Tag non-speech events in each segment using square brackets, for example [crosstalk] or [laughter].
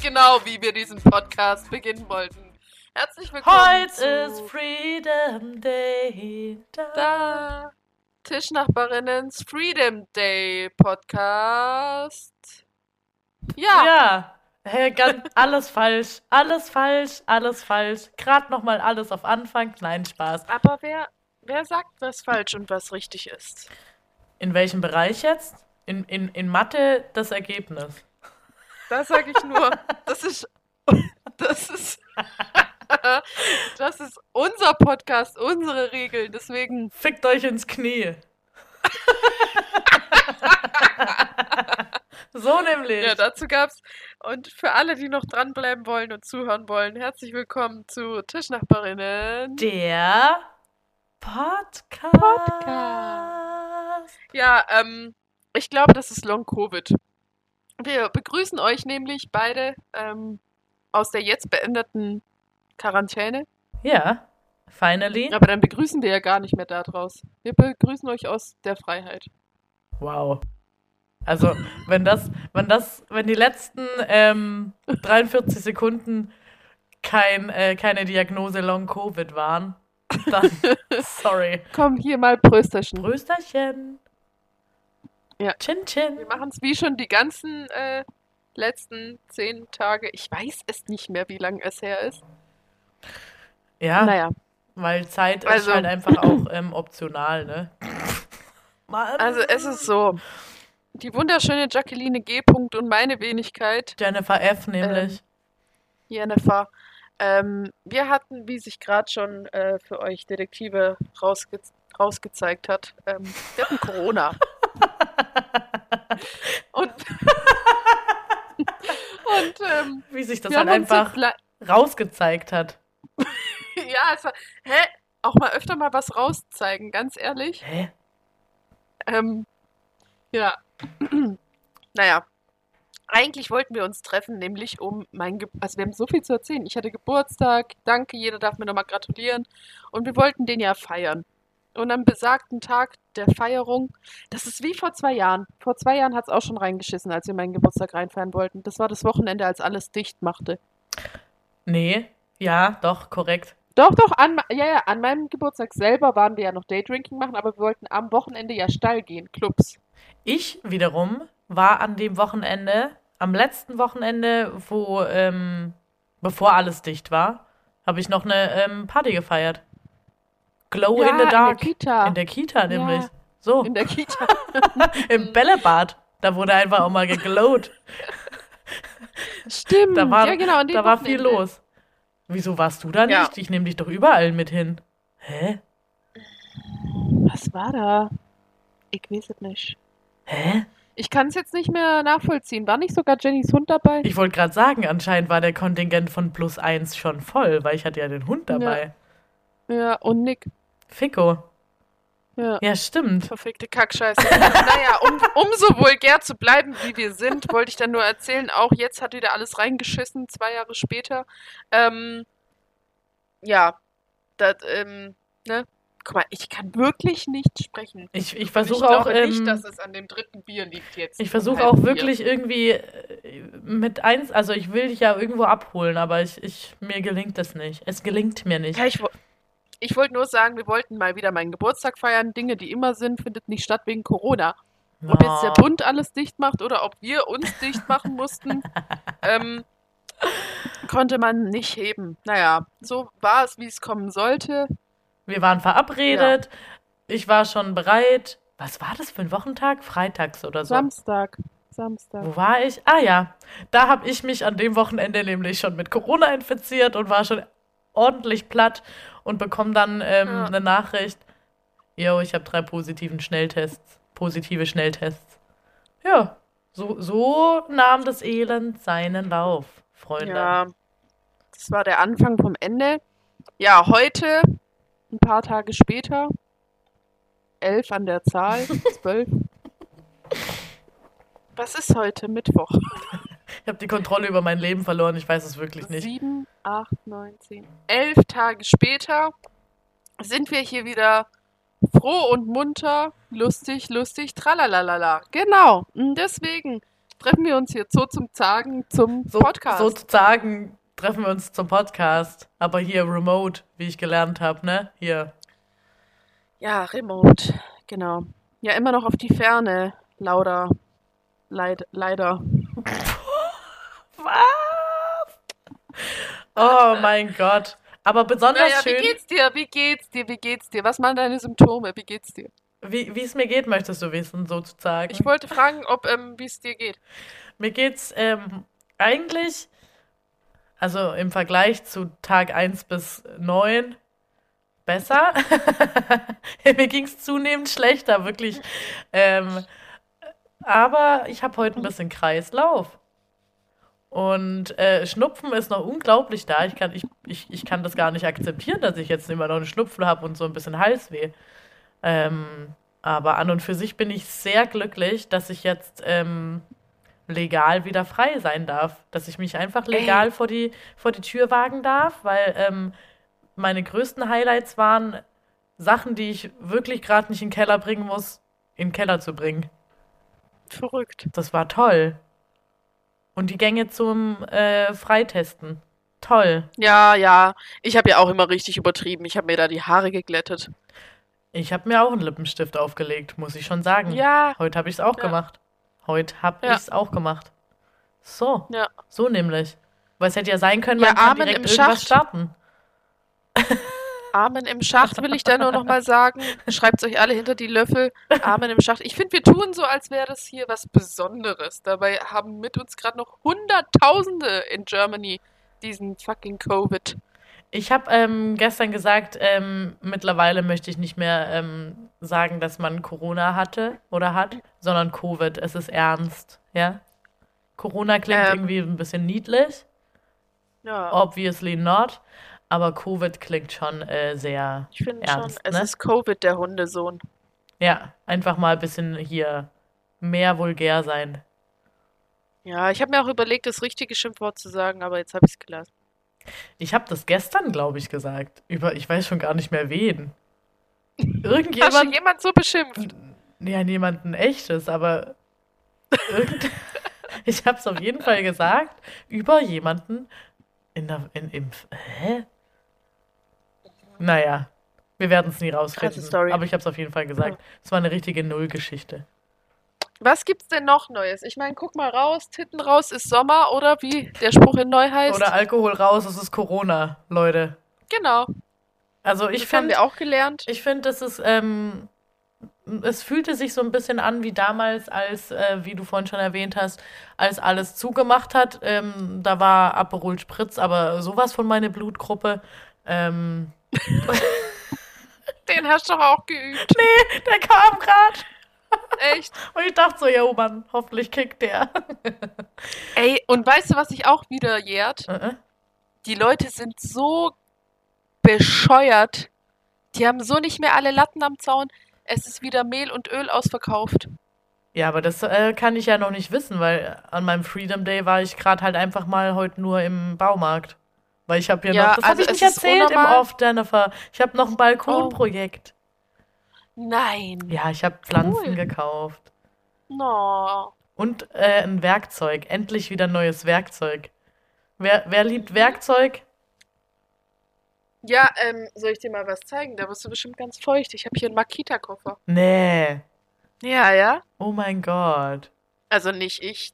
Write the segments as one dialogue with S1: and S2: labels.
S1: genau, wie wir diesen Podcast beginnen wollten. Herzlich willkommen.
S2: Heute
S1: zu
S2: ist Freedom Day. Da.
S1: da. Tischnachbarinnen's Freedom Day Podcast. Ja,
S2: Ja. Hä, ganz, alles falsch. Alles falsch. Alles falsch. Gerade nochmal alles auf Anfang. Nein, Spaß.
S1: aber wer, wer sagt, was falsch und was richtig ist?
S2: In welchem Bereich jetzt? In, in, in Mathe das Ergebnis.
S1: Das sage ich
S2: [laughs]
S1: nur. Das ist. Das ist. [laughs] Das ist unser Podcast, unsere Regeln. Deswegen
S2: Fickt euch ins Knie. [laughs] so nämlich.
S1: Ja, dazu gab's. Und für alle, die noch dranbleiben wollen und zuhören wollen, herzlich willkommen zu Tischnachbarinnen.
S2: Der Podcast.
S1: Podcast. Ja, ähm, ich glaube, das ist Long Covid. Wir begrüßen euch nämlich beide ähm, aus der jetzt beendeten Quarantäne.
S2: Ja, finally.
S1: Aber dann begrüßen wir ja gar nicht mehr da draus. Wir begrüßen euch aus der Freiheit.
S2: Wow. Also, wenn das, wenn das, wenn die letzten ähm, 43 Sekunden kein, äh, keine Diagnose Long Covid waren,
S1: [laughs]
S2: dann sorry.
S1: Komm hier mal Prösterchen.
S2: Brüsterchen.
S1: Ja.
S2: Chin chin.
S1: Wir machen es wie schon die ganzen äh, letzten zehn Tage. Ich weiß es nicht mehr, wie lange es her ist.
S2: Ja,
S1: Naja.
S2: weil Zeit
S1: Also-
S2: ist halt einfach auch ähm, optional, ne? Mann.
S1: Also es ist so. Die wunderschöne Jacqueline G. Punkt und meine Wenigkeit,
S2: Jennifer F. nämlich.
S1: Ähm, Jennifer. Ähm, wir hatten, wie sich gerade schon äh, für euch Detektive rausge rausgezeigt hat, ähm, wir hatten Corona.
S2: [laughs]
S1: und und ähm,
S2: Wie sich das
S1: wir
S2: halt
S1: haben uns jetzt
S2: einfach
S1: le- [laughs]
S2: rausgezeigt hat.
S1: ja, es war, hä, auch mal öfter mal was rauszeigen, ganz ehrlich.
S2: Hä?
S1: Ähm, ja. [clears throat] naja. Eigentlich wollten wir uns treffen, nämlich um mein Ge Also wir haben so viel zu erzählen. Ich hatte Geburtstag, danke, jeder darf mir nochmal gratulieren. Und wir wollten den ja feiern. Und am besagten Tag der Feierung, das ist wie vor zwei Jahren. Vor zwei Jahren hat es auch schon reingeschissen, als wir meinen Geburtstag reinfeiern wollten. Das war das Wochenende, als alles dicht machte.
S2: Nee. Ja, doch, korrekt.
S1: Doch, doch, an, me- ja, ja, an meinem Geburtstag selber waren wir ja noch Daydrinking machen, aber wir wollten am Wochenende ja steil gehen, Clubs.
S2: Ich wiederum war an dem Wochenende, am letzten Wochenende, wo, ähm, bevor alles dicht war, habe ich noch eine ähm, Party gefeiert. Glow
S1: Ja,
S2: Oh, in the Dark.
S1: In der Kita.
S2: In der Kita nämlich. So,
S1: In der Kita.
S2: im Bällebad. Da wurde einfach auch mal geglowt.
S1: [laughs] Stimmt.
S2: Da war-
S1: ja, genau, an dem
S2: Da war viel
S1: Wochenende.
S2: los. Wieso warst du da
S1: Ja.
S2: nicht? Ich nehme dich doch überall mit hin. Hä?
S1: Was war da? Ich weiß es nicht.
S2: Hä?
S1: Ich kann es jetzt nicht mehr nachvollziehen. War nicht sogar Jennys Hund dabei?
S2: Ich wollte gerade sagen, anscheinend war der Kontingent von plus eins schon voll, weil ich hatte ja den Hund
S1: Ja.
S2: dabei.
S1: ja, und Nick.
S2: Ficko.
S1: Ja.
S2: Ja, stimmt.
S1: Verfickte Kackscheiße. [laughs] naja, um, um so vulgär zu bleiben, wie wir sind, wollte ich dann nur erzählen, auch jetzt hat wieder alles reingeschissen, zwei Jahre später. Ähm, ja, das, ähm, ne? Guck mal, ich kann wirklich nicht sprechen.
S2: Ich, ich
S1: Und
S2: versuche auch,
S1: glaube
S2: ähm,
S1: nicht, dass es an dem dritten Bier liegt jetzt.
S2: ich
S1: Um
S2: versuche
S1: halb
S2: auch
S1: vier.
S2: wirklich irgendwie äh, mit eins, also ich will dich ja irgendwo abholen, aber ich, ich, mir gelingt das nicht. Es gelingt mir nicht.
S1: Ja, ich wo- ich wollte nur sagen, wir wollten mal wieder meinen Geburtstag feiern. Dinge, die immer sind, findet nicht statt wegen Corona. Ob jetzt der
S2: Ah.
S1: Bund alles dicht macht oder ob wir uns dicht machen mussten, ähm, konnte man nicht heben. Naja, so war es, wie es kommen sollte.
S2: Wir waren verabredet, ich war schon bereit. Was war das für ein Wochentag? Freitags oder so.
S1: Samstag. Samstag.
S2: Wo war ich? Ah ja, da habe ich mich an dem Wochenende nämlich schon mit Corona infiziert und war schon ordentlich platt und bekomme dann ähm,
S1: Ja.
S2: eine Nachricht. Jo, ich habe drei positiven Schnelltests, positive Schnelltests. Ja, so, so nahm das Elend seinen Lauf, Freunde.
S1: Ja, das war der Anfang vom Ende. Ja, heute, ein paar Tage später, elf an der Zahl,
S2: [laughs]
S1: zwölf. Was ist heute? Mittwoch.
S2: Ich habe die Kontrolle über mein Leben verloren, ich weiß es wirklich nicht.
S1: Sieben, acht, neun, zehn. Elf Tage später sind wir hier wieder froh und munter, lustig, lustig, tralalala. Genau, und deswegen treffen wir uns hier so zum Zagen zum
S2: So,
S1: Podcast.
S2: Sozusagen treffen wir uns zum Podcast. Aber hier remote, wie ich gelernt habe, ne? Hier.
S1: Ja, remote, genau. Ja, immer noch auf die Ferne, lauter. Leid, leider.
S2: Oh mein Gott. Aber besonders
S1: Naja, wie
S2: schön,
S1: geht's dir? Wie geht's dir? Wie geht's dir? Was waren deine Symptome? Wie geht's dir?
S2: wie wie es mir geht, möchtest du wissen, sozusagen.
S1: Ich wollte fragen, ob ähm, wie es dir geht.
S2: Mir geht's ähm, eigentlich, also im Vergleich zu Tag 1 bis 9, besser. [laughs] Mir ging's zunehmend schlechter, wirklich. Ähm, aber ich habe heute ein bisschen Kreislauf. Und äh, Schnupfen ist noch unglaublich da. Ich kann, ich, ich, ich kann das gar nicht akzeptieren, dass ich jetzt immer noch einen Schnupfen habe und so ein bisschen Halsweh. Ähm, aber an und für sich bin ich sehr glücklich, dass ich jetzt ähm, legal wieder frei sein darf. Dass ich mich einfach legal vor die, vor die Tür wagen darf, weil ähm, meine größten Highlights waren Sachen, die ich wirklich gerade nicht in den Keller bringen muss, in den Keller zu bringen.
S1: Verrückt.
S2: Das war toll. Und die Gänge zum äh, Freitesten. Toll.
S1: Ja, ja. Ich habe ja auch immer richtig übertrieben. Ich habe mir da die Haare geglättet.
S2: Ich habe mir auch einen Lippenstift aufgelegt, muss ich schon sagen.
S1: Ja.
S2: Heute habe ich es auch
S1: Ja.
S2: gemacht. Heute habe
S1: Ja.
S2: ich es auch gemacht. So,
S1: Ja.
S2: so nämlich. Weil es hätte ja sein können,
S1: Ja,
S2: man kann
S1: Amen
S2: direkt
S1: im
S2: irgendwas
S1: Schacht.
S2: starten.
S1: Amen im Schacht will ich da nur nochmal sagen. Schreibt euch alle hinter die Löffel. Amen im Schacht. Ich finde, wir tun so, als wäre das hier was Besonderes. Dabei haben mit uns gerade noch Hunderttausende in Germany diesen fucking Covid.
S2: Ich habe ähm, gestern gesagt, ähm, mittlerweile möchte ich nicht mehr ähm, sagen, dass man Corona hatte oder hat, sondern Covid. Es ist ernst, ja? Corona klingt
S1: Ähm.
S2: irgendwie ein bisschen niedlich,
S1: Ja,
S2: Oh, obviously not, aber Covid klingt schon äh, sehr,
S1: ich finde schon,
S2: ernst,
S1: es
S2: ne?
S1: ist Covid, der Hundesohn.
S2: ja, einfach mal ein bisschen hier mehr vulgär sein.
S1: Ja, ich habe mir auch überlegt, das richtige Schimpfwort zu sagen, aber jetzt habe ich es gelassen.
S2: Ich habe das gestern, glaube ich, gesagt. Über, ich weiß schon gar nicht mehr wen. Irgendjemand,
S1: Hast du jemand so beschimpft?
S2: Ja, niemand ein echtes, aber irgend... [laughs] ich habe es auf jeden Fall gesagt über jemanden in der in, im hä? Naja, wir werden es nie rausfinden,
S1: Story.
S2: aber ich habe es auf jeden Fall gesagt. Es war eine richtige Nullgeschichte.
S1: Was gibt's denn noch Neues? Ich meine, guck mal raus, Titten raus ist Sommer, oder wie der Spruch in Neu heißt.
S2: Oder Alkohol raus, es ist Corona, Leute.
S1: genau,
S2: Also ich
S1: das haben
S2: finde
S1: wir auch gelernt.
S2: Ich finde, das ist, ähm, es fühlte sich so ein bisschen an wie damals, als, äh, wie du vorhin schon erwähnt hast, als alles zugemacht hat. Ähm, da war Aperol Spritz, aber sowas von meine Blutgruppe. Ähm, [laughs]
S1: Den hast du doch auch geübt.
S2: der kam gerade
S1: Echt.
S2: und ich dachte so, ja, oh Mann, hoffentlich kickt der. [laughs]
S1: Ey, und weißt du, was sich auch wieder jährt?
S2: Äh, äh.
S1: Die Leute sind so bescheuert. Die haben so nicht mehr alle Latten am Zaun. Es ist wieder Mehl und Öl ausverkauft.
S2: Ja, aber das äh, kann ich ja noch nicht wissen, weil an meinem Freedom Day war ich gerade halt einfach mal heute nur im Baumarkt. Weil ich habe ja
S1: Ja,
S2: noch, das habe
S1: also
S2: ich
S1: es
S2: nicht
S1: ist
S2: erzählt im
S1: unnormal.
S2: Off, Jennifer. Ich habe noch ein Balkonprojekt.
S1: Nein.
S2: Ja, ich habe Pflanzen
S1: Cool.
S2: gekauft.
S1: No.
S2: Und äh, ein Werkzeug. Endlich wieder neues Werkzeug. Wer, wer liebt Werkzeug?
S1: Ja, ähm, soll ich dir mal was zeigen? Da wirst du bestimmt ganz feucht. Ich habe hier einen Makita-Koffer.
S2: Nee.
S1: Ja, ja.
S2: Oh mein Gott.
S1: Also nicht ich.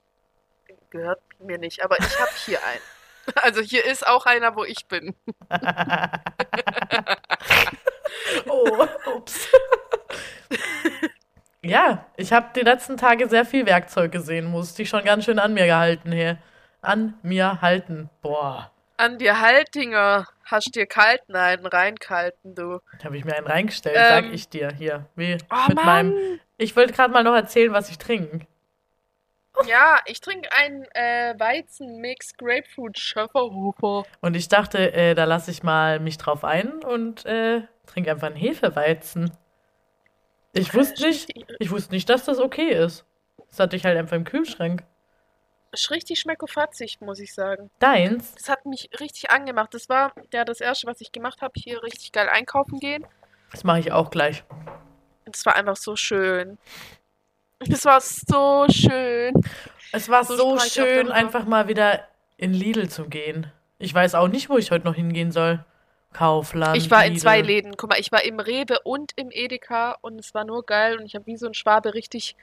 S1: Gehört mir nicht, aber ich habe hier einen. [laughs] Also hier ist auch einer, wo ich bin.
S2: [laughs] Oh, ups. ja, ich habe die letzten Tage sehr viel Werkzeug gesehen, musste ich schon ganz schön an mir gehalten hier. An mir halten. Boah,
S1: An dir Haltinger. Hast dir kalten einen, reinkalten, du.
S2: da habe ich mir einen reingestellt,
S1: Ähm.
S2: sag ich dir. Hier, wie
S1: Oh
S2: mit meinem.
S1: Mann.
S2: Ich wollte gerade mal noch erzählen, was ich trinke.
S1: Ja, ich trinke einen äh, Weizenmix Grapefruit Schöfferhofer.
S2: Und ich dachte, äh, da lasse ich mal mich drauf ein und äh, trinke einfach einen Hefeweizen.
S1: Äh,
S2: Ich wusste nicht, ich wusste nicht, dass das okay ist. Das hatte ich halt einfach im Kühlschrank.
S1: Ist richtig schmeckofatzig, muss ich sagen.
S2: Deins?
S1: Das hat mich richtig angemacht. Das war ja das erste, was ich gemacht habe, hier richtig geil einkaufen gehen.
S2: Das mache ich auch gleich.
S1: Und es war einfach so schön. Es war so schön.
S2: Es war
S1: So
S2: so
S1: sprach ich auch
S2: schön,
S1: darüber.
S2: einfach mal wieder in Lidl zu gehen. Ich weiß auch nicht, wo ich heute noch hingehen soll. Kaufland.
S1: Ich war in
S2: Lidl.
S1: zwei Läden. Guck mal, ich war im Rewe und im Edeka und es war nur geil und ich habe wie so ein Schwabe richtig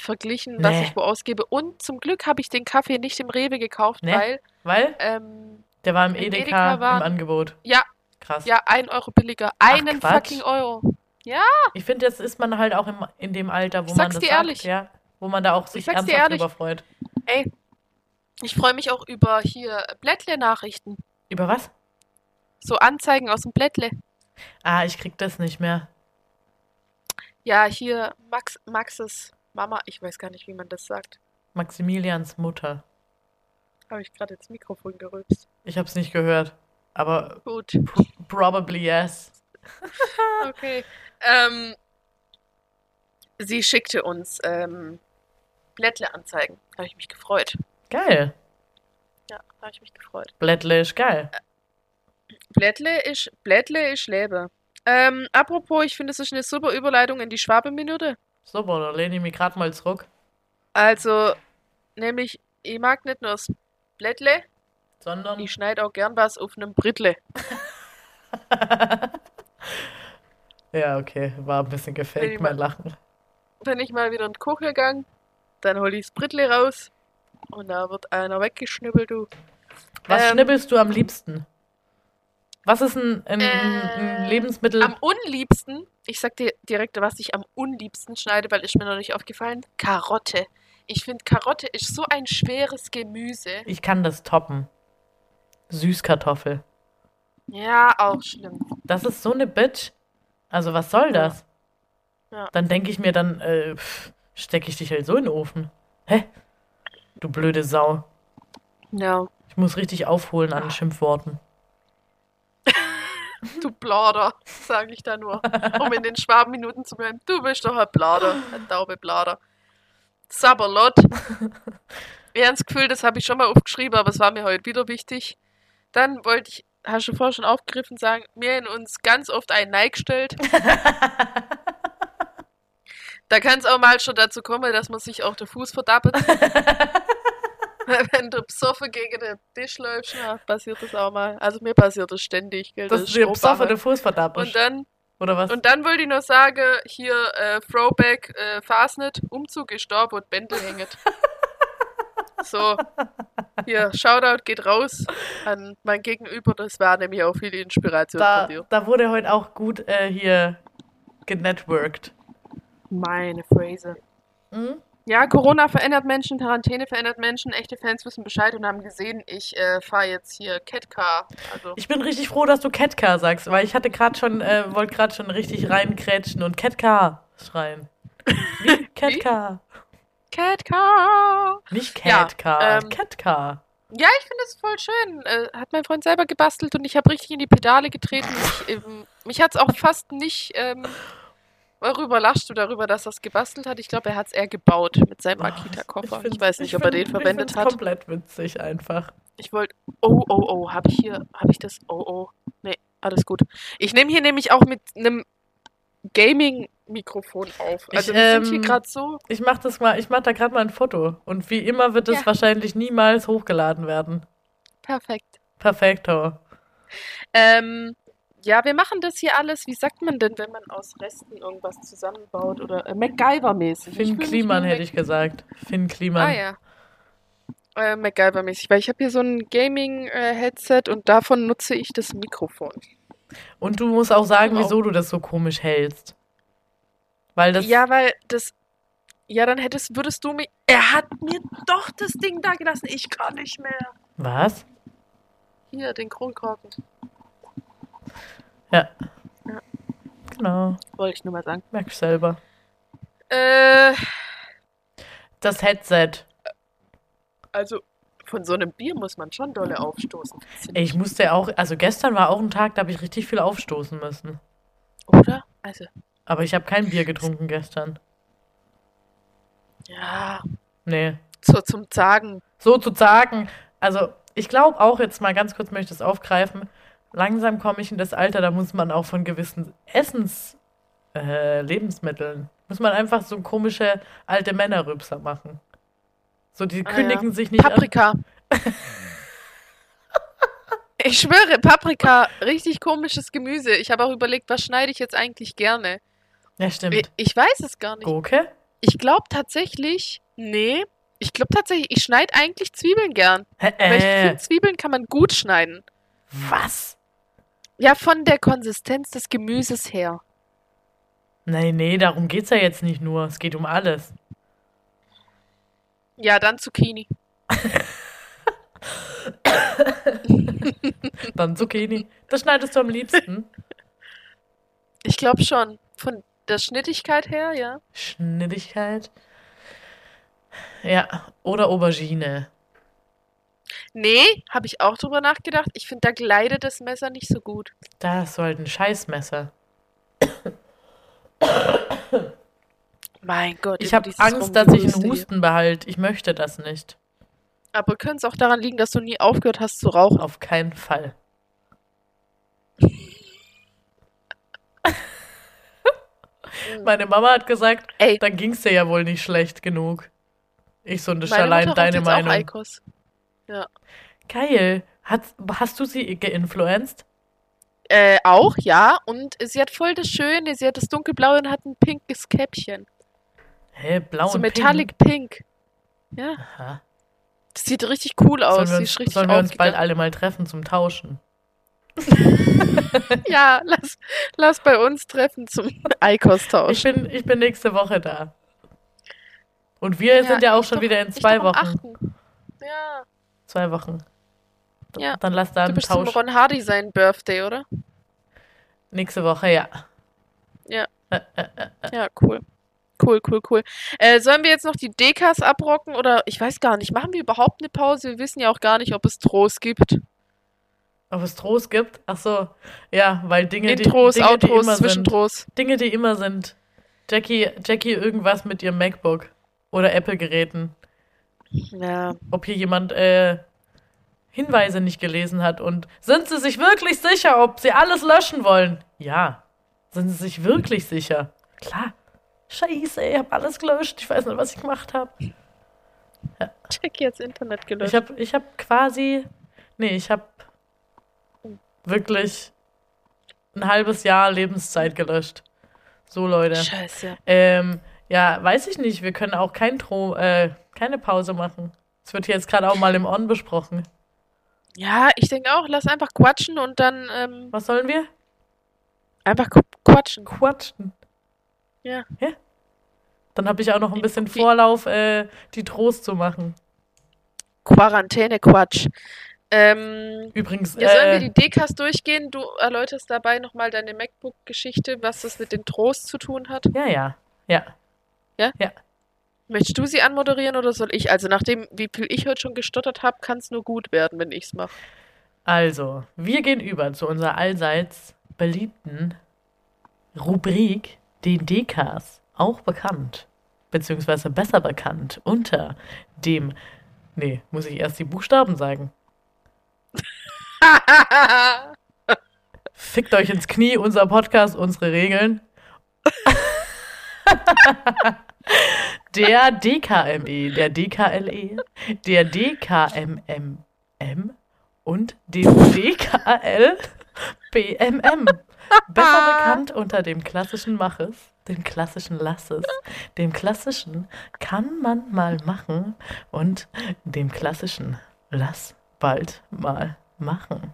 S1: verglichen, was
S2: Nee.
S1: ich wo ausgebe. Und zum Glück habe ich den Kaffee nicht im Rewe gekauft,
S2: Nee.
S1: weil
S2: Weil
S1: ähm,
S2: der war im
S1: Im
S2: Edeka,
S1: Edeka war-
S2: im Angebot.
S1: Ja.
S2: Krass.
S1: ja, ein Euro billiger. Einen
S2: Quatsch.
S1: fucking Euro.
S2: Ich finde, jetzt ist man halt auch im, in dem Alter, wo
S1: Ich
S2: man
S1: sag's
S2: das
S1: dir
S2: sagt,
S1: ehrlich.
S2: ja, wo man da auch sich
S1: sag's dir
S2: ernsthaft
S1: ehrlich.
S2: drüber freut.
S1: Ich freue mich auch über hier Blättle-Nachrichten.
S2: Über was?
S1: So Anzeigen aus dem Blättle.
S2: Ah, ich krieg das nicht mehr.
S1: Ja, hier Max, Maxes Mama, ich weiß gar nicht, wie man das sagt.
S2: Maximilians Mutter.
S1: Habe ich gerade ins Mikrofon gerülpst.
S2: Ich hab's nicht gehört. Aber
S1: Gut.
S2: probably yes.
S1: Okay. Ähm, sie schickte uns ähm, Blättle-Anzeigen. Habe ich mich gefreut.
S2: Geil.
S1: Ja, habe ich mich gefreut.
S2: Blättle ist geil.
S1: Blättle ist, Blättle ist Lebe. Ähm, apropos, ich finde, es ist eine super Überleitung in die Schwabe-Minute.
S2: Super, dann lehne ich mich gerade mal zurück.
S1: Also, nämlich, ich mag nicht nur das Blättle,
S2: Sondern.
S1: ich schneide auch gern was auf einem Brittle.
S2: [laughs] ja, okay. War ein bisschen
S1: Wenn
S2: gefaked,
S1: ich
S2: mein Lachen.
S1: Wenn ich mal wieder in den Kuchen gegangen, dann hole ich das Brittle raus und da wird einer weggeschnippelt, du.
S2: Was
S1: Ähm,
S2: schnibbelst du am liebsten? Was ist ein, ein, ein
S1: Äh,
S2: Lebensmittel?
S1: Am unliebsten, ich sag dir direkt, was ich am unliebsten schneide, weil ist mir noch nicht aufgefallen, Karotte. Ich finde, Karotte ist so ein schweres Gemüse.
S2: ich kann das toppen. Süßkartoffel.
S1: Ja, auch schlimm.
S2: Das ist so eine Bitch. Also, was soll das?
S1: Ja.
S2: Dann denke ich mir, dann äh, stecke ich dich halt so in den Ofen. Hä? Du blöde Sau.
S1: Ja.
S2: Ich muss richtig aufholen
S1: Ah.
S2: an Schimpfworten.
S1: Du Blader, [laughs] sage ich da nur, um in den Schwabenminuten zu bleiben. Du bist doch ein Blader, ein taube Blader. Saberlot. Wir haben das Gefühl, das habe ich schon mal aufgeschrieben, aber es war mir heute wieder wichtig. Dann wollte ich, hast du vorher schon aufgegriffen, sagen, mir in uns ganz oft ein Neig stellt. Da kann es auch mal schon dazu kommen, dass man sich auch der Fuß verdappelt. Wenn du besoffen gegen den Tisch läufst, na, passiert das auch mal. Also mir passiert das ständig. Gell?
S2: Das
S1: ist
S2: ist dir
S1: Strohbarre.
S2: besoffene Fußverdappung.
S1: Und dann
S2: Oder was?
S1: und dann wollte ich noch sagen, hier äh, Throwback, äh, Fastnet, Umzug ist da, wo die Bändel [laughs] hänget. so, hier, Shoutout geht raus an mein Gegenüber, das war nämlich auch viel Inspiration
S2: da,
S1: von dir.
S2: da wurde heute auch gut äh, hier genetworked. Mhm.
S1: Meine Phrase. Ja, Corona verändert Menschen, Quarantäne verändert Menschen, echte Fans wissen Bescheid und haben gesehen, ich äh, fahre jetzt hier Catcar. Also,
S2: Ich bin richtig froh, dass du Ketka sagst, weil ich hatte gerade schon, äh, wollte gerade schon richtig reinkrätschen und Ketka
S1: [laughs]
S2: schreien. Nicht Ketka.
S1: Catcar!
S2: Nicht
S1: Ja,
S2: Ketka.
S1: ähm,
S2: Ketka.
S1: Ja, ich finde es voll schön. Äh, hat mein Freund selber gebastelt und ich habe richtig in die Pedale getreten. Ich, ähm, mich hat es auch fast nicht. Ähm, worüber lachst du darüber, dass er es gebastelt hat? Ich glaube, er hat es eher gebaut mit seinem Akita-Koffer. Ich,
S2: Oh, find's-
S1: weiß nicht, ob er
S2: Ah, find-
S1: den verwendet
S2: ich find's
S1: hat.
S2: komplett witzig einfach.
S1: Ich wollte. Oh, oh, oh. Habe ich hier. Habe ich das? Oh, oh. Nee, alles gut. Ich nehme hier nämlich auch mit einem Gaming-Mikrofon auf.
S2: Ich,
S1: Also, wir sind hier
S2: ähm,
S1: gerade so.
S2: Ich mach das mal, ich mach da gerade mal ein Foto. Und wie immer wird es
S1: Ja.
S2: wahrscheinlich niemals hochgeladen werden.
S1: Perfekt.
S2: Perfekto.
S1: Ähm, ja, wir machen das hier alles. Wie sagt man denn, wenn man aus Resten irgendwas zusammenbaut oder äh, MacGyver-mäßig? Ich
S2: Finn
S1: fühl mich
S2: Kliman
S1: wie
S2: hätte ich gesagt. Finn
S1: Mac-
S2: Kliman.
S1: Ah ja. Äh, MacGyver-mäßig, weil ich habe hier so ein Gaming-Headset und davon nutze ich das Mikrofon.
S2: Und du musst auch sagen,
S1: Genau.
S2: wieso du das so komisch hältst. Weil das.
S1: ja, weil das. Ja, dann hättest, würdest du mich. Er hat mir doch das Ding da gelassen. Ich kann nicht mehr.
S2: Was?
S1: Hier, den Kronkorken.
S2: Genau.
S1: Wollte ich nur mal sagen.
S2: Merk ich selber.
S1: Äh,
S2: Das Headset.
S1: also von so einem Bier muss man schon dolle aufstoßen.
S2: Ey, Ich musste auch. Also gestern war auch ein Tag, da habe ich richtig viel aufstoßen müssen.
S1: Oder? Also,
S2: Aber ich habe kein Bier getrunken gestern.
S1: ja.
S2: Nee.
S1: So zum Zagen.
S2: So zu sagen. Also, ich glaube auch jetzt mal ganz kurz möchte ich das aufgreifen. Langsam komme ich in das Alter, da muss man auch von gewissen Essens. Äh, Lebensmitteln. Muss man einfach so komische alte Männerrübser machen. So, die
S1: Ah, ja.
S2: kündigen sich nicht an. [laughs]
S1: Paprika. ich schwöre, Paprika, richtig komisches Gemüse. Ich habe auch überlegt, was schneide ich jetzt eigentlich gerne?
S2: Ja, stimmt.
S1: Ich, ich weiß es gar nicht.
S2: Gurke?
S1: Ich glaube tatsächlich, nee, ich glaube tatsächlich, ich schneide eigentlich Zwiebeln gern.
S2: Hä,
S1: Weil ich finde,
S2: Äh,
S1: Zwiebeln kann man gut schneiden.
S2: was?
S1: Ja, von der Konsistenz des Gemüses her.
S2: Nee, nee, darum geht's ja jetzt nicht nur. Es geht um alles.
S1: Ja, dann Zucchini.
S2: Dann Zucchini. Das schneidest du am liebsten.
S1: Ich glaube schon. Von der Schnittigkeit her, ja.
S2: Schnittigkeit. Ja, oder Aubergine.
S1: Nee, habe ich auch drüber nachgedacht. Ich finde, da gleitet das Messer nicht so gut.
S2: Da ist so halt ein Scheißmesser.
S1: Mein Gott.
S2: Ich
S1: über
S2: habe
S1: dieses
S2: Angst, dass ich
S1: Rumgerüste
S2: einen
S1: hier.
S2: Husten behalte. Ich möchte das nicht.
S1: Aber könnte es auch daran liegen, dass du nie aufgehört hast zu rauchen?
S2: Auf keinen Fall. Meine Mama hat gesagt,
S1: Ey.
S2: dann ging's dir ja wohl nicht schlecht genug. Ich so, das ist
S1: Meine
S2: allein
S1: Mutter raucht
S2: deine
S1: jetzt auch
S2: Meinung.
S1: Eikos.
S2: Geil. Hat, hast du sie geinfluenced?
S1: Äh, auch, ja. Und sie hat voll das Schöne, sie hat das dunkelblaue und hat ein pinkes Käppchen.
S2: Hä, blau
S1: so
S2: und
S1: metallic pink.
S2: pink.
S1: Ja,
S2: Aha.
S1: das sieht richtig cool aus.
S2: Sollen wir
S1: Sie
S2: uns,
S1: ist Oh, richtig
S2: sollen wir uns bald
S1: aufgegangen.
S2: alle mal treffen zum Tauschen?
S1: Ja, lass, lass bei uns treffen zum [laughs]
S2: Ich
S1: Eikos-Tausch.
S2: bin, ich bin nächste Woche da. Und wir sind ja auch
S1: ich
S2: schon
S1: doch-
S2: wieder in
S1: Ich
S2: zwei
S1: doch um am
S2: Wochen.
S1: 8. Ja,
S2: Zwei Wochen. D-
S1: Ja.
S2: Dann lass da
S1: du
S2: einen
S1: bist zum
S2: Tausch.
S1: Ron Hardy sein Birthday, oder?
S2: Nächste Woche, ja.
S1: Ja, cool. Cool, cool, cool. Äh, sollen wir jetzt noch die Dekas abrocken oder ich weiß gar nicht, machen wir überhaupt eine Pause? Wir wissen ja auch gar nicht, ob es Trost gibt.
S2: Ob es Trost gibt? Ach so. Ja, weil Dinge, die,
S1: Intros,
S2: Dinge, die
S1: Outros,
S2: immer sind.
S1: Zwischentros.
S2: Dinge, die immer sind. Jackie, Jackie irgendwas mit ihrem MacBook oder Apple-Geräten.
S1: Ja.
S2: Ob hier jemand äh, Hinweise nicht gelesen hat und sind Sie sich wirklich sicher, ob Sie alles löschen wollen? Ja. Sind Sie sich wirklich sicher? Klar. Scheiße, ich habe alles gelöscht. Ich weiß nicht, was ich gemacht habe.
S1: Check jetzt Internet gelöscht.
S2: Ich habe ich hab quasi. Nee, ich habe wirklich ein halbes Jahr Lebenszeit gelöscht. So, Leute.
S1: Scheiße.
S2: Ähm, ja, weiß ich nicht. Wir können auch kein Tro äh, keine Pause machen. Das wird hier jetzt gerade auch mal im On besprochen.
S1: Ja, ich denke auch, lass einfach quatschen und dann ähm,
S2: Was sollen wir?
S1: einfach qu- quatschen.
S2: Quatschen.
S1: Ja.
S2: Ja. Dann habe ich auch noch ein bisschen
S1: Okay.
S2: Vorlauf, äh, die Trost zu machen.
S1: Quarantäne-Quatsch. Ähm,
S2: Übrigens,
S1: ja, sollen wir
S2: äh,
S1: die Dekas durchgehen? Du erläuterst dabei nochmal deine MacBook-Geschichte, was das mit den Trost zu tun hat.
S2: ja, ja, ja.
S1: Möchtest du sie anmoderieren oder soll ich? Also nachdem, wie viel ich heute schon gestottert habe, kann es nur gut werden, wenn ich es [laughs] mache.
S2: Also, wir gehen über zu unserer allseits beliebten Rubrik, den Dekas, auch bekannt, beziehungsweise besser bekannt unter dem. Nee, muss ich erst die Buchstaben sagen. Fickt euch ins Knie, unser Podcast, unsere Regeln. [laughs] der DKME, E, der DKLE, E, der DKMMM und dem DKLBMM. Besser bekannt unter dem klassischen Maches, dem klassischen Lasses, dem klassischen kann man mal machen und dem klassischen lass bald mal machen.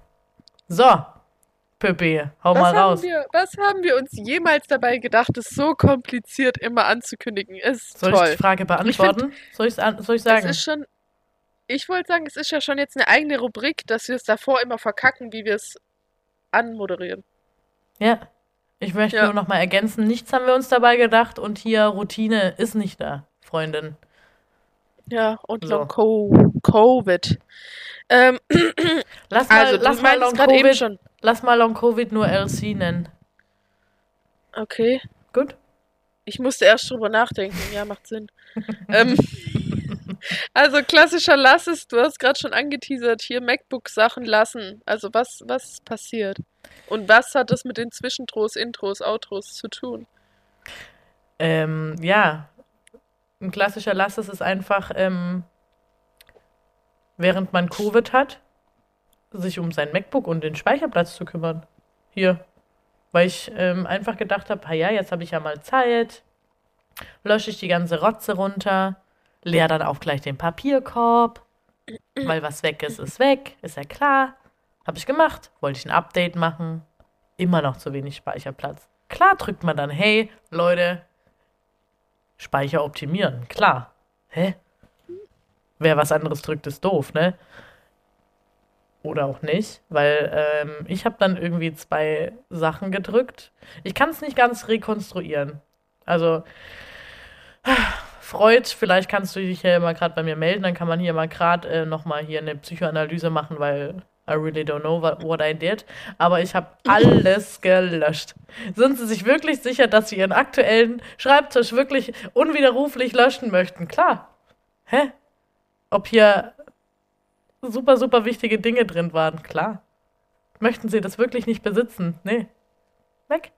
S2: So, Pippi, hau
S1: was,
S2: mal
S1: haben
S2: raus.
S1: wir, was haben wir uns jemals dabei gedacht, das so kompliziert immer anzukündigen? Ist
S2: Soll ich
S1: toll.
S2: die Frage beantworten? soll, ich's an, soll ich
S1: Es
S2: sagen?
S1: ist schon. Ich wollte sagen, es ist ja schon jetzt eine eigene Rubrik, dass wir es davor immer verkacken, wie wir es anmoderieren.
S2: Ja. Ich möchte
S1: Ja.
S2: nur noch mal ergänzen, nichts haben wir uns dabei gedacht und hier Routine ist nicht da, Freundin.
S1: Ja, und
S2: So.
S1: Long Co Covid. Ähm, [clears throat]
S2: Lass mal,
S1: also,
S2: lass
S1: du
S2: mal
S1: meinst
S2: Long
S1: gerade eben
S2: Covid,
S1: schon.
S2: lass mal Long Covid nur LC nennen.
S1: Okay.
S2: Gut?
S1: Ich musste erst drüber nachdenken. Ja, macht Sinn. ähm, also klassischer Lass ist, du hast gerade schon angeteasert, hier MacBook-Sachen lassen. Also was, was ist passiert? Und was hat das mit den Zwischentros, Intros, Outros zu tun?
S2: Ähm, ja. Ein klassischer Lass ist es einfach ähm, während man Covid hat, sich um sein MacBook und den Speicherplatz zu kümmern. Hier. Weil ich ähm, einfach gedacht habe, ja, jetzt habe ich ja mal Zeit, lösche ich die ganze Rotze runter, leer dann auch gleich den Papierkorb, weil was weg ist, ist weg, ist ja klar. Habe ich gemacht, wollte ich ein Update machen, immer noch zu wenig Speicherplatz. Klar drückt man dann, hey, Leute, Speicher optimieren, klar. Hä? Wer was anderes drückt, ist doof, ne? Oder auch nicht, weil ähm, ich habe dann irgendwie zwei Sachen gedrückt. Ich kann es nicht ganz rekonstruieren. Also, Freud, vielleicht kannst du dich ja mal gerade bei mir melden, dann kann man hier mal gerade äh, nochmal hier eine Psychoanalyse machen, weil I really don't know what, what I did. Aber ich habe alles gelöscht. Sind Sie sich wirklich sicher, dass Sie Ihren aktuellen Schreibtisch wirklich unwiderruflich löschen möchten? Klar. Hä? Ob hier super, super wichtige Dinge drin waren? Klar. Möchten Sie das wirklich nicht besitzen? Nee. Weg.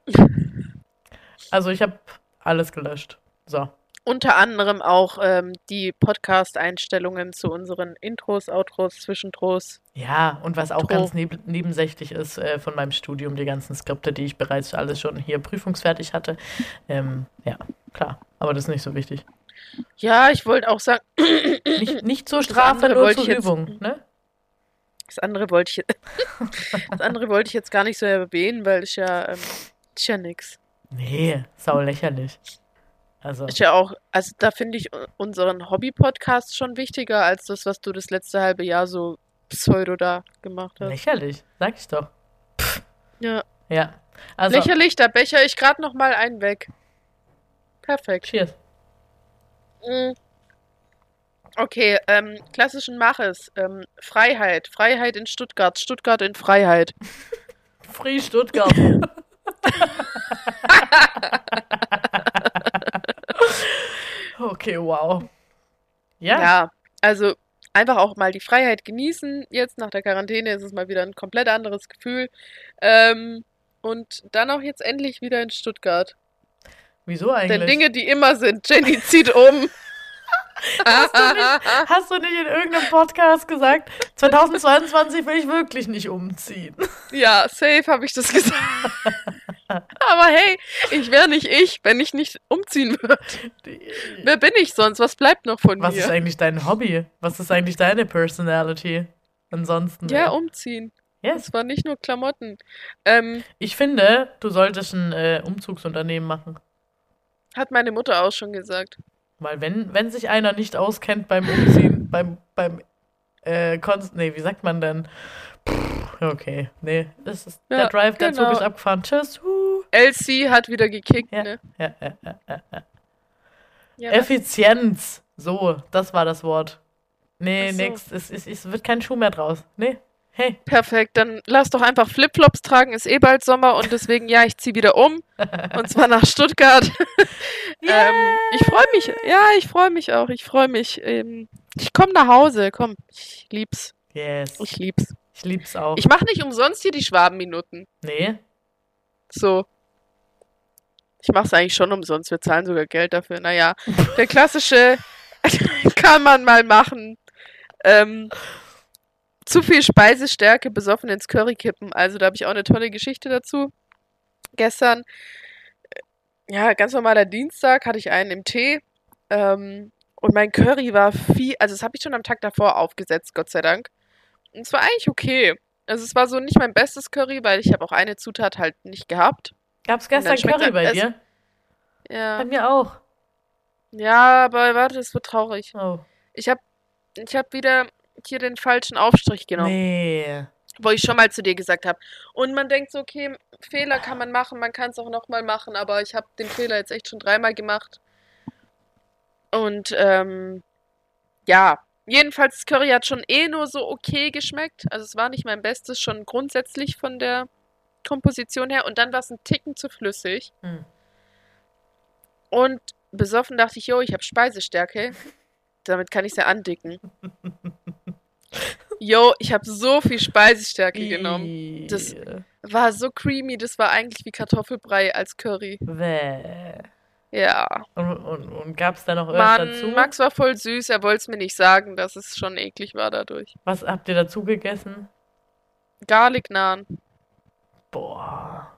S2: Also ich habe alles gelöscht. So.
S1: Unter anderem auch ähm, die Podcast-Einstellungen zu unseren Intros, Outros, Zwischentros.
S2: Ja, und was auch
S1: Tro.
S2: ganz neb nebensächlich ist äh, von meinem Studium, die ganzen Skripte, die ich bereits alles schon hier prüfungsfertig hatte. Ähm, ja, klar. Aber das ist nicht so wichtig.
S1: Ja, ich wollte auch sagen, [laughs]
S2: Nicht, nicht zur Strafe,
S1: andere
S2: nur
S1: wollte
S2: zur
S1: ich jetzt-
S2: Übung. Ne?
S1: das andere wollte ich, [laughs] je- das andere wollte ich jetzt gar nicht so erwähnen, weil ist ja, ähm, ist ja nix.
S2: Nee, sau lächerlich. Also,
S1: Ist ja auch, also da finde ich u- unseren Hobby-Podcast schon wichtiger als das, was du das letzte halbe Jahr so pseudo da gemacht hast.
S2: lächerlich, sag ich doch.
S1: Ja.
S2: Ja. Also,
S1: Lächerlich, da becher ich gerade noch mal einen weg. Perfekt.
S2: cheers.
S1: Mm. Okay, ähm, klassischen Maches. Ähm, Freiheit. Freiheit in Stuttgart. Stuttgart in Freiheit.
S2: Free [laughs] Stuttgart. okay, wow. Ja,
S1: Ja. Also einfach auch mal die Freiheit genießen. Jetzt nach der Quarantäne ist es mal wieder ein komplett anderes Gefühl. Ähm, und dann auch jetzt endlich wieder in Stuttgart.
S2: wieso eigentlich?
S1: Denn Dinge, die immer sind. Jenny zieht um.
S2: [laughs] Hast du nicht in irgendeinem Podcast gesagt, 2022 will ich wirklich nicht umziehen?
S1: [laughs] [laughs] Ja, safe habe ich das gesagt. [laughs] Aber hey, ich wäre nicht ich, wenn ich nicht umziehen würde. Wer bin ich sonst? Was bleibt noch von
S2: Was ist
S1: mir?
S2: eigentlich dein Hobby? Was ist eigentlich deine Personality? Ansonsten.
S1: ja, umziehen.
S2: yes.
S1: Es waren nicht nur Klamotten. Ähm,
S2: Ich finde, du solltest ein äh, Umzugsunternehmen machen.
S1: hat meine Mutter auch schon gesagt.
S2: Weil wenn, wenn sich einer nicht auskennt
S1: [laughs]
S2: beim Umziehen, beim, beim äh, Konst nee, wie sagt man denn? Pff, okay, nee, das ist,
S1: Ja,
S2: der Drive, der
S1: genau.
S2: Zug ist abgefahren. Tschüss. Huh.
S1: Elsie hat wieder gekickt,
S2: Ja.
S1: ne?
S2: Ja, ja, ja, ja, ja.
S1: Ja,
S2: Effizienz. So, das war das Wort. Nee,
S1: Ach so.
S2: nix. Es, es, es wird kein Schuh mehr draus. Nee. Hey.
S1: perfekt. Dann lass doch einfach Flipflops tragen. Ist eh bald Sommer und deswegen, ja, ich ziehe wieder um. Und zwar nach Stuttgart. Ähm, ich freue mich. Ja, ich freue mich auch. Ich freue mich. Ähm, ich komme nach Hause. Komm, ich lieb's.
S2: Yes.
S1: Ich lieb's.
S2: Ich lieb's auch.
S1: Ich mache nicht umsonst hier die Schwabenminuten.
S2: nee.
S1: So. Ich mache es eigentlich schon umsonst. Wir zahlen sogar Geld dafür. Naja, der klassische [laughs] kann man mal machen. Ähm, zu viel Speisestärke besoffen ins Curry kippen. Also da habe ich auch eine tolle Geschichte dazu. Gestern, äh, ja, ganz normaler Dienstag, hatte ich einen im Tee. Ähm, und mein Curry war viel, also das habe ich schon am Tag davor aufgesetzt, Gott sei Dank. Und es war eigentlich okay. Also es war so nicht mein bestes Curry, weil ich habe auch eine Zutat halt nicht gehabt.
S2: Gab's
S1: dann
S2: gestern
S1: schmeckt
S2: Curry
S1: er-
S2: bei
S1: es-
S2: dir? Bei
S1: Ja,
S2: mir auch.
S1: ja aber warte, das wird traurig.
S2: Oh.
S1: Ich habe ich hab wieder hier den falschen Aufstrich
S2: Genau.
S1: genommen,
S2: Nee.
S1: wo ich schon mal zu dir gesagt habe. Und man denkt so, okay, Fehler kann man machen, man kann es auch nochmal machen, aber ich habe den Fehler jetzt echt schon dreimal gemacht. Und ähm, ja, jedenfalls das Curry hat schon eh nur so okay geschmeckt. Also es war nicht mein Bestes, schon grundsätzlich von der Komposition her. Und dann war es ein Ticken zu flüssig.
S2: Hm.
S1: Und besoffen dachte ich, jo, ich habe Speisestärke. Damit kann ich ja andicken. Jo, ich habe so viel Speisestärke genommen. genau? Das-
S2: Ih,
S1: War so creamy, das war eigentlich wie Kartoffelbrei als Curry.
S2: Bäh.
S1: Ja.
S2: Und, und, und gab es da noch irgendwas dazu?
S1: Mann, Max war voll süß. Er wollte es mir nicht sagen, dass es schon eklig war dadurch.
S2: Was habt ihr dazu gegessen?
S1: Garlic Naan.
S2: Boah.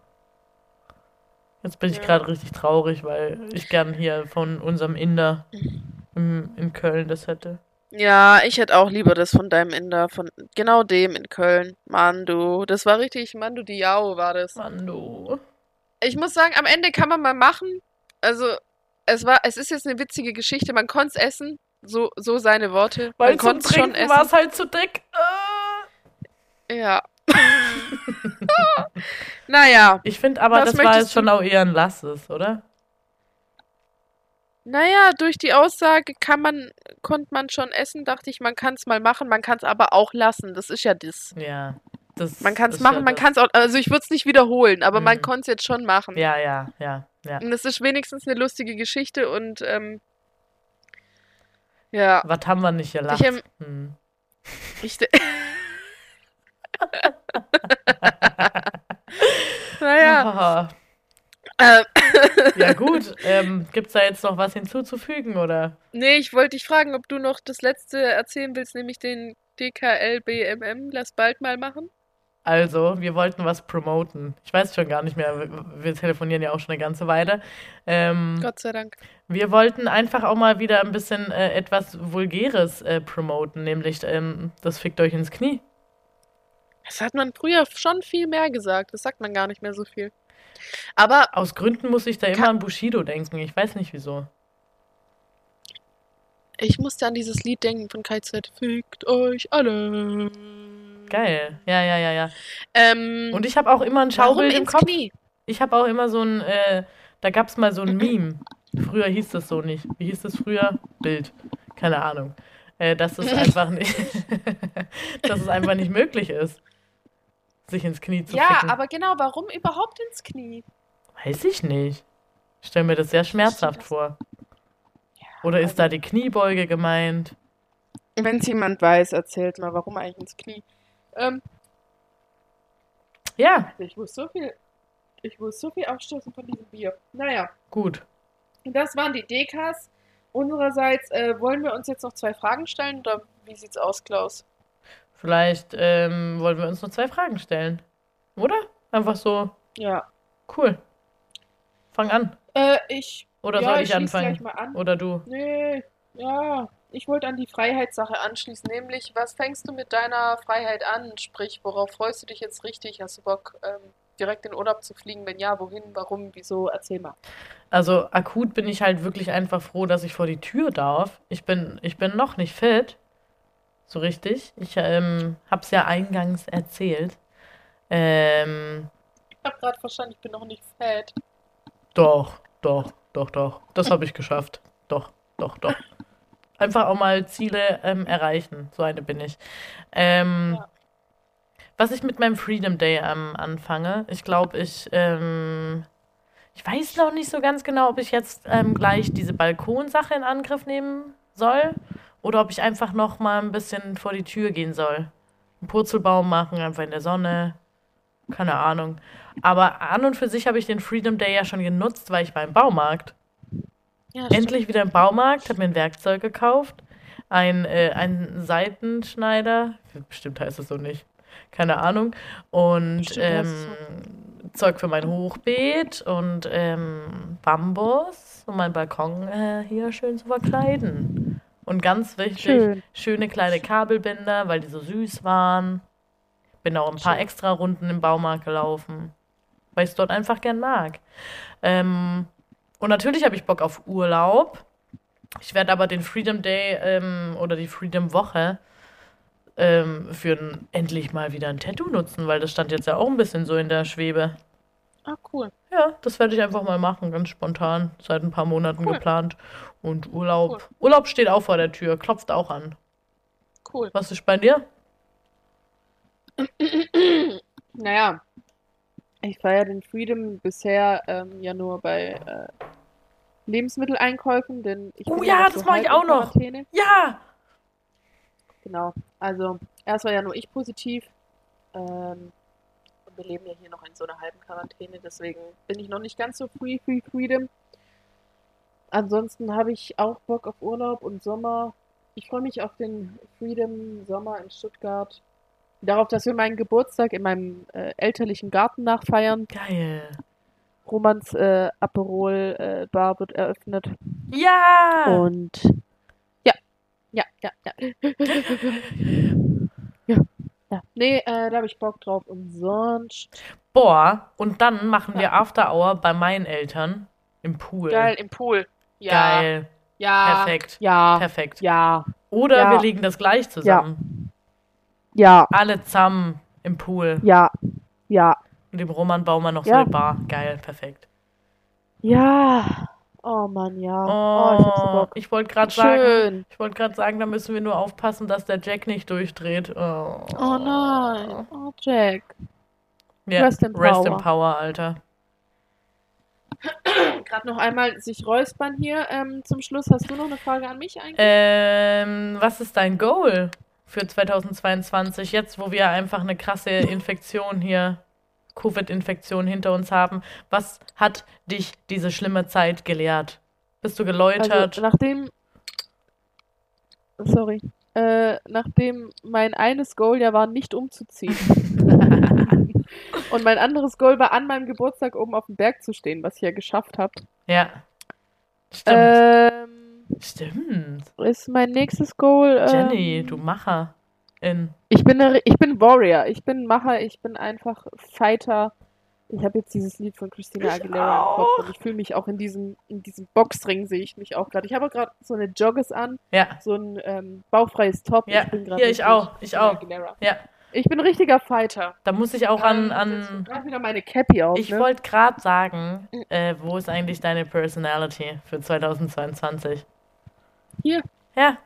S2: Jetzt bin ich
S1: Ja.
S2: gerade richtig traurig, weil ich gern hier von unserem Inder im, in Köln das hätte.
S1: Ja, ich hätte auch lieber das von deinem Inder, von genau dem in Köln. Mann, du. Das war richtig, Mann, du Diao war das.
S2: Mann, du.
S1: Ich muss sagen, am Ende kann man mal machen. Also, es war, es ist jetzt eine witzige Geschichte. Man konnte es essen. So, so seine Worte.
S2: Weil
S1: man
S2: zum
S1: konnte es schon
S2: Trinken war es halt zu dick. Äh.
S1: essen. Ja. [laughs] Naja.
S2: Ich finde aber,
S1: Was
S2: das war
S1: möchtest
S2: jetzt schon auch eher ein Lasses, oder?
S1: Naja, durch die Aussage kann man, konnte man schon essen, dachte ich, man kann es mal machen, man kann es aber auch lassen. Das ist ja das.
S2: Ja. Das
S1: Man kann es
S2: ist
S1: machen,
S2: ja
S1: man
S2: das.
S1: kann es auch, also ich würde es nicht wiederholen, aber man
S2: Mhm.
S1: konnte es jetzt schon machen.
S2: Ja, ja, ja, ja.
S1: Und es ist wenigstens eine lustige Geschichte und ähm, ja,
S2: Was haben wir nicht gelacht?
S1: Ich, ähm,
S2: Hm.
S1: ich. de- [laughs] naja,
S2: Haha.
S1: äh,
S2: Ja gut, ähm, gibt's da jetzt noch was hinzuzufügen, oder?
S1: nee, ich wollte dich fragen, ob du noch das letzte erzählen willst, nämlich den DKLBMM, lass bald mal machen.
S2: Also, wir wollten was promoten. Ich weiß schon gar nicht mehr, wir- wir telefonieren ja auch schon eine ganze Weile. Ähm,
S1: Gott sei Dank.
S2: wir wollten einfach auch mal wieder ein bisschen äh, etwas Vulgäres äh, promoten, nämlich ähm, das fickt euch ins Knie.
S1: Das hat man früher schon viel mehr gesagt. Das sagt man gar nicht mehr so viel. Aber
S2: Aus Gründen muss ich da immer
S1: Ka-
S2: an Bushido denken, ich weiß nicht wieso.
S1: ich musste an dieses Lied denken von KZ. Fickt euch alle.
S2: Geil, ja, ja, ja, ja.
S1: Ähm,
S2: Und ich habe auch immer ein
S1: warum
S2: Schaubild im
S1: ins
S2: Kopf.
S1: Knie?
S2: Ich habe auch immer so ein, äh, da gab's mal so ein Meme. Früher hieß das so nicht. Wie hieß das früher? Bild. Keine Ahnung. Äh, dass es einfach nicht, [laughs] dass es einfach nicht möglich ist, sich ins Knie zu
S1: Ja,
S2: ficken.
S1: aber genau, warum überhaupt ins Knie?
S2: Weiß ich nicht. Ich stelle mir das sehr schmerzhaft
S1: das-
S2: vor. Oder ist
S1: also-
S2: da die Kniebeuge gemeint?
S1: Wenn es jemand weiß, erzählt mal, warum eigentlich ins Knie. Ähm,
S2: Ja,
S1: ich muss so viel, ich muss so viel aufstoßen von diesem Bier. Naja,
S2: gut.
S1: das waren die Dekas. Unsererseits äh, wollen wir uns jetzt noch zwei Fragen stellen oder wie sieht's aus, Klaus?
S2: Vielleicht ähm, wollen wir uns noch zwei Fragen stellen. Oder? Einfach so,
S1: Ja.
S2: cool. Fang an.
S1: Äh, ich
S2: Oder
S1: ja,
S2: soll ich
S1: schließ
S2: anfangen?
S1: gleich mal an.
S2: Oder du?
S1: Nee, ja. Ich wollte an die Freiheitssache anschließen, nämlich, was fängst du mit deiner Freiheit an? Sprich, worauf freust du dich jetzt richtig? Hast du Bock, ähm, direkt in Urlaub zu fliegen? Wenn ja, wohin, warum, wieso? Erzähl mal.
S2: Also akut bin ich halt wirklich einfach froh, dass ich vor die Tür darf. Ich bin, ich bin noch nicht fit. So richtig. Ich ähm, hab's ja eingangs erzählt. Ähm,
S1: Ich habe gerade verstanden, ich bin noch nicht fett.
S2: doch, doch, doch, doch. Das habe ich geschafft. Doch, doch, doch. Einfach auch mal Ziele ähm, erreichen. So eine bin ich. Ähm,
S1: Ja.
S2: was ich mit meinem Freedom Day ähm, anfange, ich glaube, ich, ähm, ich weiß noch nicht so ganz genau, ob ich jetzt ähm, gleich diese Balkonsache in Angriff nehmen soll oder ob ich einfach noch mal ein bisschen vor die Tür gehen soll. Einen Purzelbaum machen, einfach in der Sonne. Keine Ahnung. Aber an und für sich habe ich den Freedom Day ja schon genutzt, weil ich war im Baumarkt
S1: Ja,
S2: endlich wieder im Baumarkt, habe mir ein Werkzeug gekauft, ein, äh, einen Seitenschneider, bestimmt heißt es so nicht, keine Ahnung, und
S1: Bestimmt heißt es
S2: ähm, Zeug für mein Hochbeet und ähm, Bambus, um meinen Balkon äh, hier schön zu verkleiden. Und ganz wichtig,
S1: Schön.
S2: schöne kleine Kabelbinder, weil die so süß waren. Bin auch ein paar
S1: Schön.
S2: extra Runden im Baumarkt gelaufen, weil ich es dort einfach gern mag. Ähm, und natürlich habe ich Bock auf Urlaub. Ich werde aber den Freedom Day ähm, oder die Freedom Woche ähm, für ein, endlich mal wieder ein Tattoo nutzen, weil das stand jetzt ja auch ein bisschen so in der Schwebe.
S1: Ah, cool.
S2: Ja, das werde ich einfach mal machen, ganz spontan, seit ein paar Monaten
S1: Cool.
S2: geplant. Und Urlaub.
S1: Cool.
S2: Urlaub steht auch vor der Tür, klopft auch an.
S1: Cool. [clears throat]
S2: Was ist bei dir?
S1: Naja, ich feiere den Freedom bisher ähm, ja nur bei äh, Lebensmitteleinkäufen, denn ich
S2: Oh
S1: bin
S2: ja,
S1: noch
S2: das
S1: so
S2: mach
S1: halb
S2: ich
S1: in
S2: auch noch.
S1: Quarantäne.
S2: Ja!
S1: Genau. Also, erst war ja nur ich positiv. Ähm, und wir leben ja hier noch in so einer halben Quarantäne, deswegen bin ich noch nicht ganz so free, free, freedom. Ansonsten habe ich auch Bock auf Urlaub und Sommer. Ich freue mich auf den Freedom Sommer in Stuttgart. Darauf, dass wir meinen Geburtstag in meinem äh, elterlichen Garten nachfeiern.
S2: Geil.
S1: Romans äh, Aperol äh, Bar wird eröffnet.
S2: Ja!
S1: Und Ah. ja, ja, ja, ja. [laughs] ja, ja. Nee, äh, da habe ich Bock drauf. Und sonst.
S2: Boah, und dann machen wir After Hour bei meinen Eltern im Pool.
S3: Geil, im Pool. Ja.
S2: Geil.
S3: Ja.
S2: Perfekt.
S1: Ja,
S2: Perfekt.
S1: ja,
S2: Oder
S1: Ja.
S2: wir legen das gleich zusammen.
S1: ja,
S2: Alle zusammen im Pool.
S1: ja, ja,
S2: Und dem Roman bauen wir noch so
S1: Ja.
S2: eine Bar. Geil, perfekt.
S1: ja. Oh Mann, ja. Oh, ich hab so
S2: Oh,
S1: Bock.
S2: ich wollte gerade sagen,
S1: Schön.
S2: ich wollte gerade sagen, da müssen wir nur aufpassen, dass der Jack nicht durchdreht. Oh,
S1: Oh nein. Oh, Jack.
S2: Ja,
S1: Rest in
S2: Rest in
S1: Power.
S2: Power, Alter.
S1: Gerade noch einmal sich räuspern hier. Ähm, zum Schluss hast du noch eine Frage an mich eigentlich?
S2: Ähm, was ist dein Goal für 2022? Jetzt, wo wir einfach eine krasse Infektion hier, Covid-Infektion hinter uns haben, was hat dich diese schlimme Zeit gelehrt? Bist du geläutert?
S1: Also, nachdem. Sorry. Äh, nachdem mein eines Goal ja war, nicht
S2: [laughs]
S1: umzuziehen. Und mein anderes Goal war, an meinem Geburtstag oben auf dem Berg zu stehen, was ich ja geschafft habe.
S2: ja. Stimmt.
S1: Ähm,
S2: Stimmt.
S1: ist mein nächstes Goal. Ähm,
S2: Jenny, du Macher. In.
S1: Ich bin, eine, ich bin Warrior, ich bin Macher, ich bin einfach Fighter. Ich habe jetzt dieses Lied von Christina
S2: Ich
S1: Aguilera im Kopf
S2: auch.
S1: und ich fühle mich auch in diesem, in diesem Boxring, sehe ich mich auch gerade. Ich habe auch gerade so eine Joggers an.
S2: Ja,
S1: so ein ähm, bauchfreies Top.
S2: Ja,
S1: ich bin gerade
S2: hier, ich
S1: richtig
S2: auch, ich
S1: Christina
S2: auch.
S1: Aguilera.
S2: ja.
S1: Ich bin ein richtiger Fighter. Ähm,
S2: Da muss ich auch an.
S1: Ich
S2: an
S1: gerade wieder meine Cappy auf.
S2: ich
S1: ne?
S2: wollte gerade sagen, äh, wo ist eigentlich deine Personality für 2022?
S1: Hier.
S2: Ja.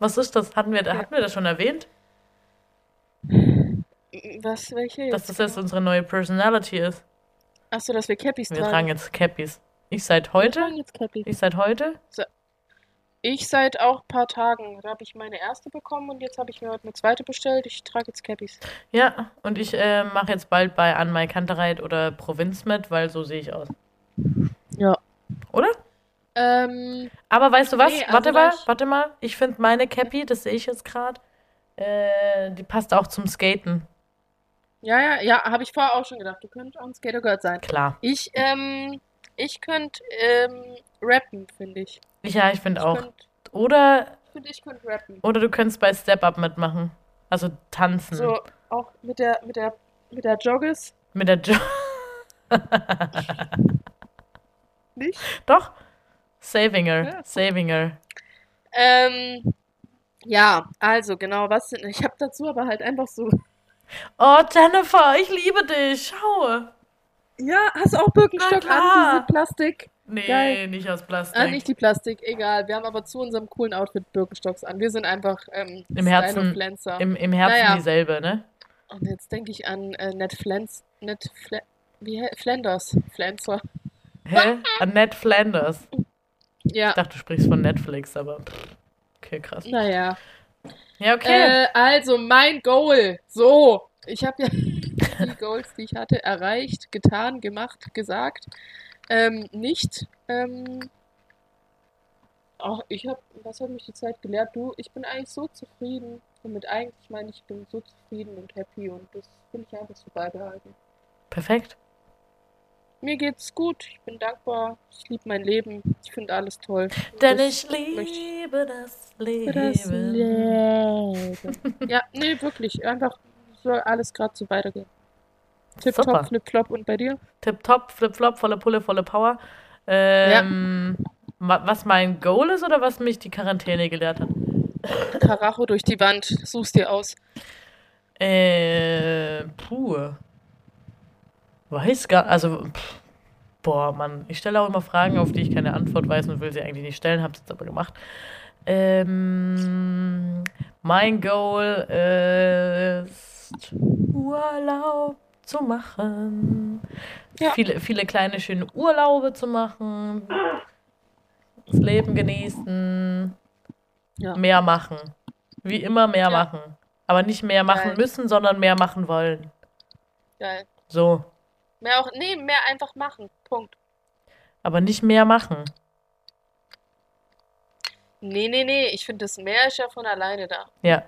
S2: Was ist das? Hatten wir, hatten wir das schon erwähnt?
S3: Was, welche?
S2: Dass das jetzt unsere neue Personality ist.
S3: Achso, dass wir Cappies
S2: Wir
S3: tragen.
S2: tragen jetzt Cappies. Ich seit
S1: Wir tragen
S2: heute?
S1: jetzt Cappy.
S2: Ich seit heute?
S3: Ich seit auch ein paar Tagen. Da habe ich meine erste bekommen und jetzt habe ich mir heute eine zweite bestellt. Ich trage jetzt Cappies.
S2: Ja. Und ich äh, mache jetzt bald bei An My Kantereit oder Provinz mit, weil so sehe ich aus.
S1: Ja.
S2: Oder?
S3: Ähm,
S2: Aber weißt du was?
S3: Nee, also
S2: warte mal,
S3: gleich-
S2: warte mal. Ich finde meine Cappy, das sehe ich jetzt gerade, äh, die passt auch zum Skaten.
S3: ja, ja, ja, habe ich vorher auch schon gedacht. Du könntest auch ein Skater Girl sein.
S2: Klar.
S3: Ich, ähm, ich könnte, ähm, rappen, finde ich.
S2: Ich, ja, ich finde
S3: Ich
S2: auch.
S3: könnt-
S2: Oder,
S3: Ich finde, ich könnte rappen.
S2: oder du könntest bei Step Up mitmachen. Also tanzen.
S3: So,
S1: Auch mit der, mit der, mit der Joggers.
S2: Mit der jo [laughs]
S1: Nicht?
S2: Doch. Saving her.
S1: Ja.
S2: Saving her.
S3: ähm,
S1: Ja, also genau, was denn? Ich habe dazu aber halt einfach so.
S2: Oh, Jennifer, ich liebe dich. Schau.
S1: Ja, hast du auch Birkenstock
S2: Na klar.
S1: an, diese Plastik?
S2: Nee,
S1: Geil.
S2: nicht aus Plastik.
S1: Ah, nicht die Plastik, egal. Wir haben aber zu unserem coolen Outfit Birkenstocks an. Wir sind einfach ähm,
S2: Im Herzen-
S1: Flancer.
S2: Im, Im Herzen
S1: Naja.
S2: dieselbe, ne?
S1: Und jetzt denke ich an äh, Ned Flans, Ned Fla wie hä- Flanders, Flancer.
S2: Hä? Annette Flanders.
S1: Ja,
S2: Ich dachte, du sprichst von Netflix, aber. pff. Okay, krass.
S1: naja.
S2: Ja, okay.
S1: Äh, also mein Goal. So, ich habe ja die Goals, die ich hatte, erreicht, getan, gemacht, gesagt. Ähm, nicht. Ähm, ach, ich habe, was hat mich die Zeit gelehrt? Du, ich bin eigentlich so zufrieden. Und mit eigentlich meine ich, ich bin so zufrieden und happy und das will ich einfach so beibehalten.
S2: Perfekt.
S1: Mir geht's gut, ich bin dankbar, ich liebe mein Leben, ich finde alles toll. Und
S2: Denn
S1: das-
S2: ich liebe das Leben.
S1: ja, nee, wirklich. Einfach soll alles gerade so weitergehen.
S2: Super.
S1: Tipptopp, flipflop und bei dir?
S2: Tipptopp, flipflop, volle Pulle, volle Power. Ähm, ma- Was mein Goal ist oder was mich die Quarantäne gelehrt hat?
S1: Karacho durch die Wand, such's dir aus.
S2: Äh, puh. Weiß gar also pff, boah, Mann, ich stelle auch immer Fragen, auf die ich keine Antwort weiß und will sie eigentlich nicht stellen, hab's jetzt aber gemacht. Ähm, mein Goal ist Urlaub zu machen.
S1: Ja.
S2: Viele, viele kleine schöne Urlaube zu machen. Das Leben genießen.
S1: Ja.
S2: Mehr machen. Wie immer
S1: Ja.
S2: mehr machen. Aber nicht mehr machen
S1: Geil.
S2: müssen, sondern mehr machen wollen.
S1: Geil.
S2: So.
S1: Mehr auch, nee, mehr einfach machen. Punkt.
S2: Aber nicht mehr machen.
S1: Nee, nee, nee. Ich finde, das Meer ist ja von alleine da.
S2: Ja.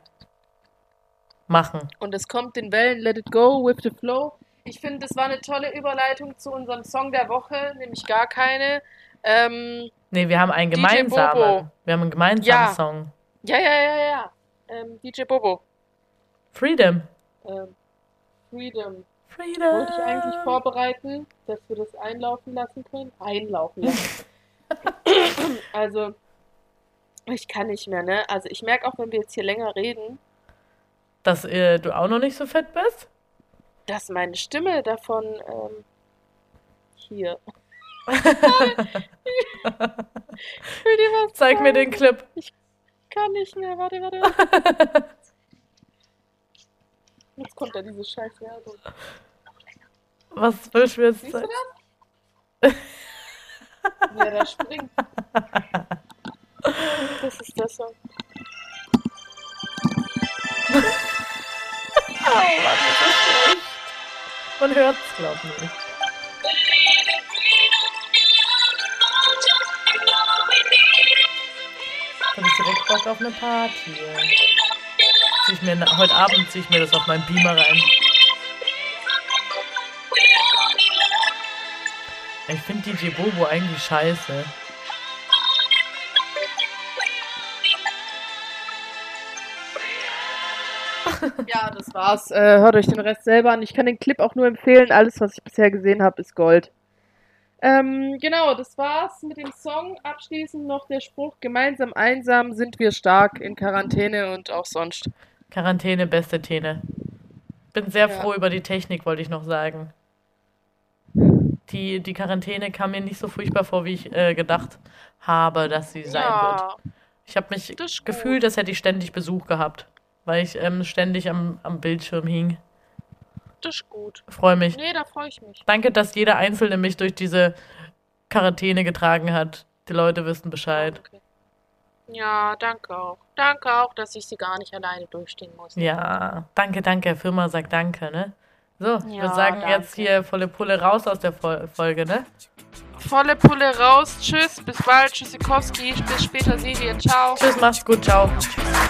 S2: Machen.
S1: Und es kommt den Wellen, let it go, with the flow. Ich finde, das war eine tolle Überleitung zu unserem Song der Woche, nämlich gar keine. Ähm,
S2: Nee, wir haben einen
S1: DJ
S2: gemeinsamen.
S1: Bobo.
S2: Wir haben einen gemeinsamen
S1: Ja.
S2: Song.
S1: ja, ja, ja, ja. Ähm, DJ Bobo.
S2: Freedom.
S1: Ähm, Freedom.
S2: Freedom.
S1: Wollte ich eigentlich vorbereiten, dass wir das einlaufen lassen können? Einlaufen lassen. also, ich kann nicht mehr, ne? Also, ich merke auch, wenn wir jetzt hier länger reden,
S2: Dass äh, du auch noch nicht so fit bist? [laughs]
S1: dass meine Stimme davon ähm, hier. [laughs] ich will dir was
S2: Zeig mir den Clip.
S1: kann nicht mehr. Warte, warte, warte. Jetzt kommt da diese scheiß Werbung.
S2: Was willst du jetzt
S1: Siehst du
S2: sagen?
S1: das? Wer da springt. Das ist der Song.
S2: Man hört's, glaub ich. nicht. Hab ich direkt Bock auf eine Party. Zieh ich mir, na- heute Abend zieh ich mir das auf meinen Beamer rein. Ich finde DJ Bobo eigentlich scheiße.
S1: Ja, das war's. Äh, hört euch den Rest selber an. Ich kann den Clip auch nur empfehlen. Alles, was ich bisher gesehen habe, ist Gold. Ähm, genau, das war's mit dem Song. Abschließend noch der Spruch: Gemeinsam einsam sind wir stark in Quarantäne und auch sonst.
S2: Quarantäne, beste Täne. Bin sehr
S1: Ja.
S2: froh über die Technik, wollte ich noch sagen. Die, die Quarantäne kam mir nicht so furchtbar vor, wie ich äh, gedacht habe, dass sie sein wird. Ich habe mich
S1: das ist
S2: gefühlt, als hätte ich ständig Besuch gehabt, weil ich ähm, ständig am, am Bildschirm hing.
S1: das ist gut.
S2: Freue mich.
S1: Nee, da freue ich mich.
S2: Danke, dass jeder Einzelne mich durch diese Quarantäne getragen hat. Die Leute wissen Bescheid.
S1: Okay. Ja, danke auch. Danke auch, dass ich sie gar nicht alleine durchstehen muss.
S2: Ja, danke, danke. Firma sagt danke, ne? So, ich
S1: Ja,
S2: würde sagen, jetzt
S1: danke.
S2: hier volle Pulle raus aus der Fol Folge, ne?
S4: Volle Pulle raus. Tschüss. Bis bald. Tschüssikowski. Bis später, Serie. Ciao.
S2: Tschüss, macht's gut, ciao.
S4: Tschüss.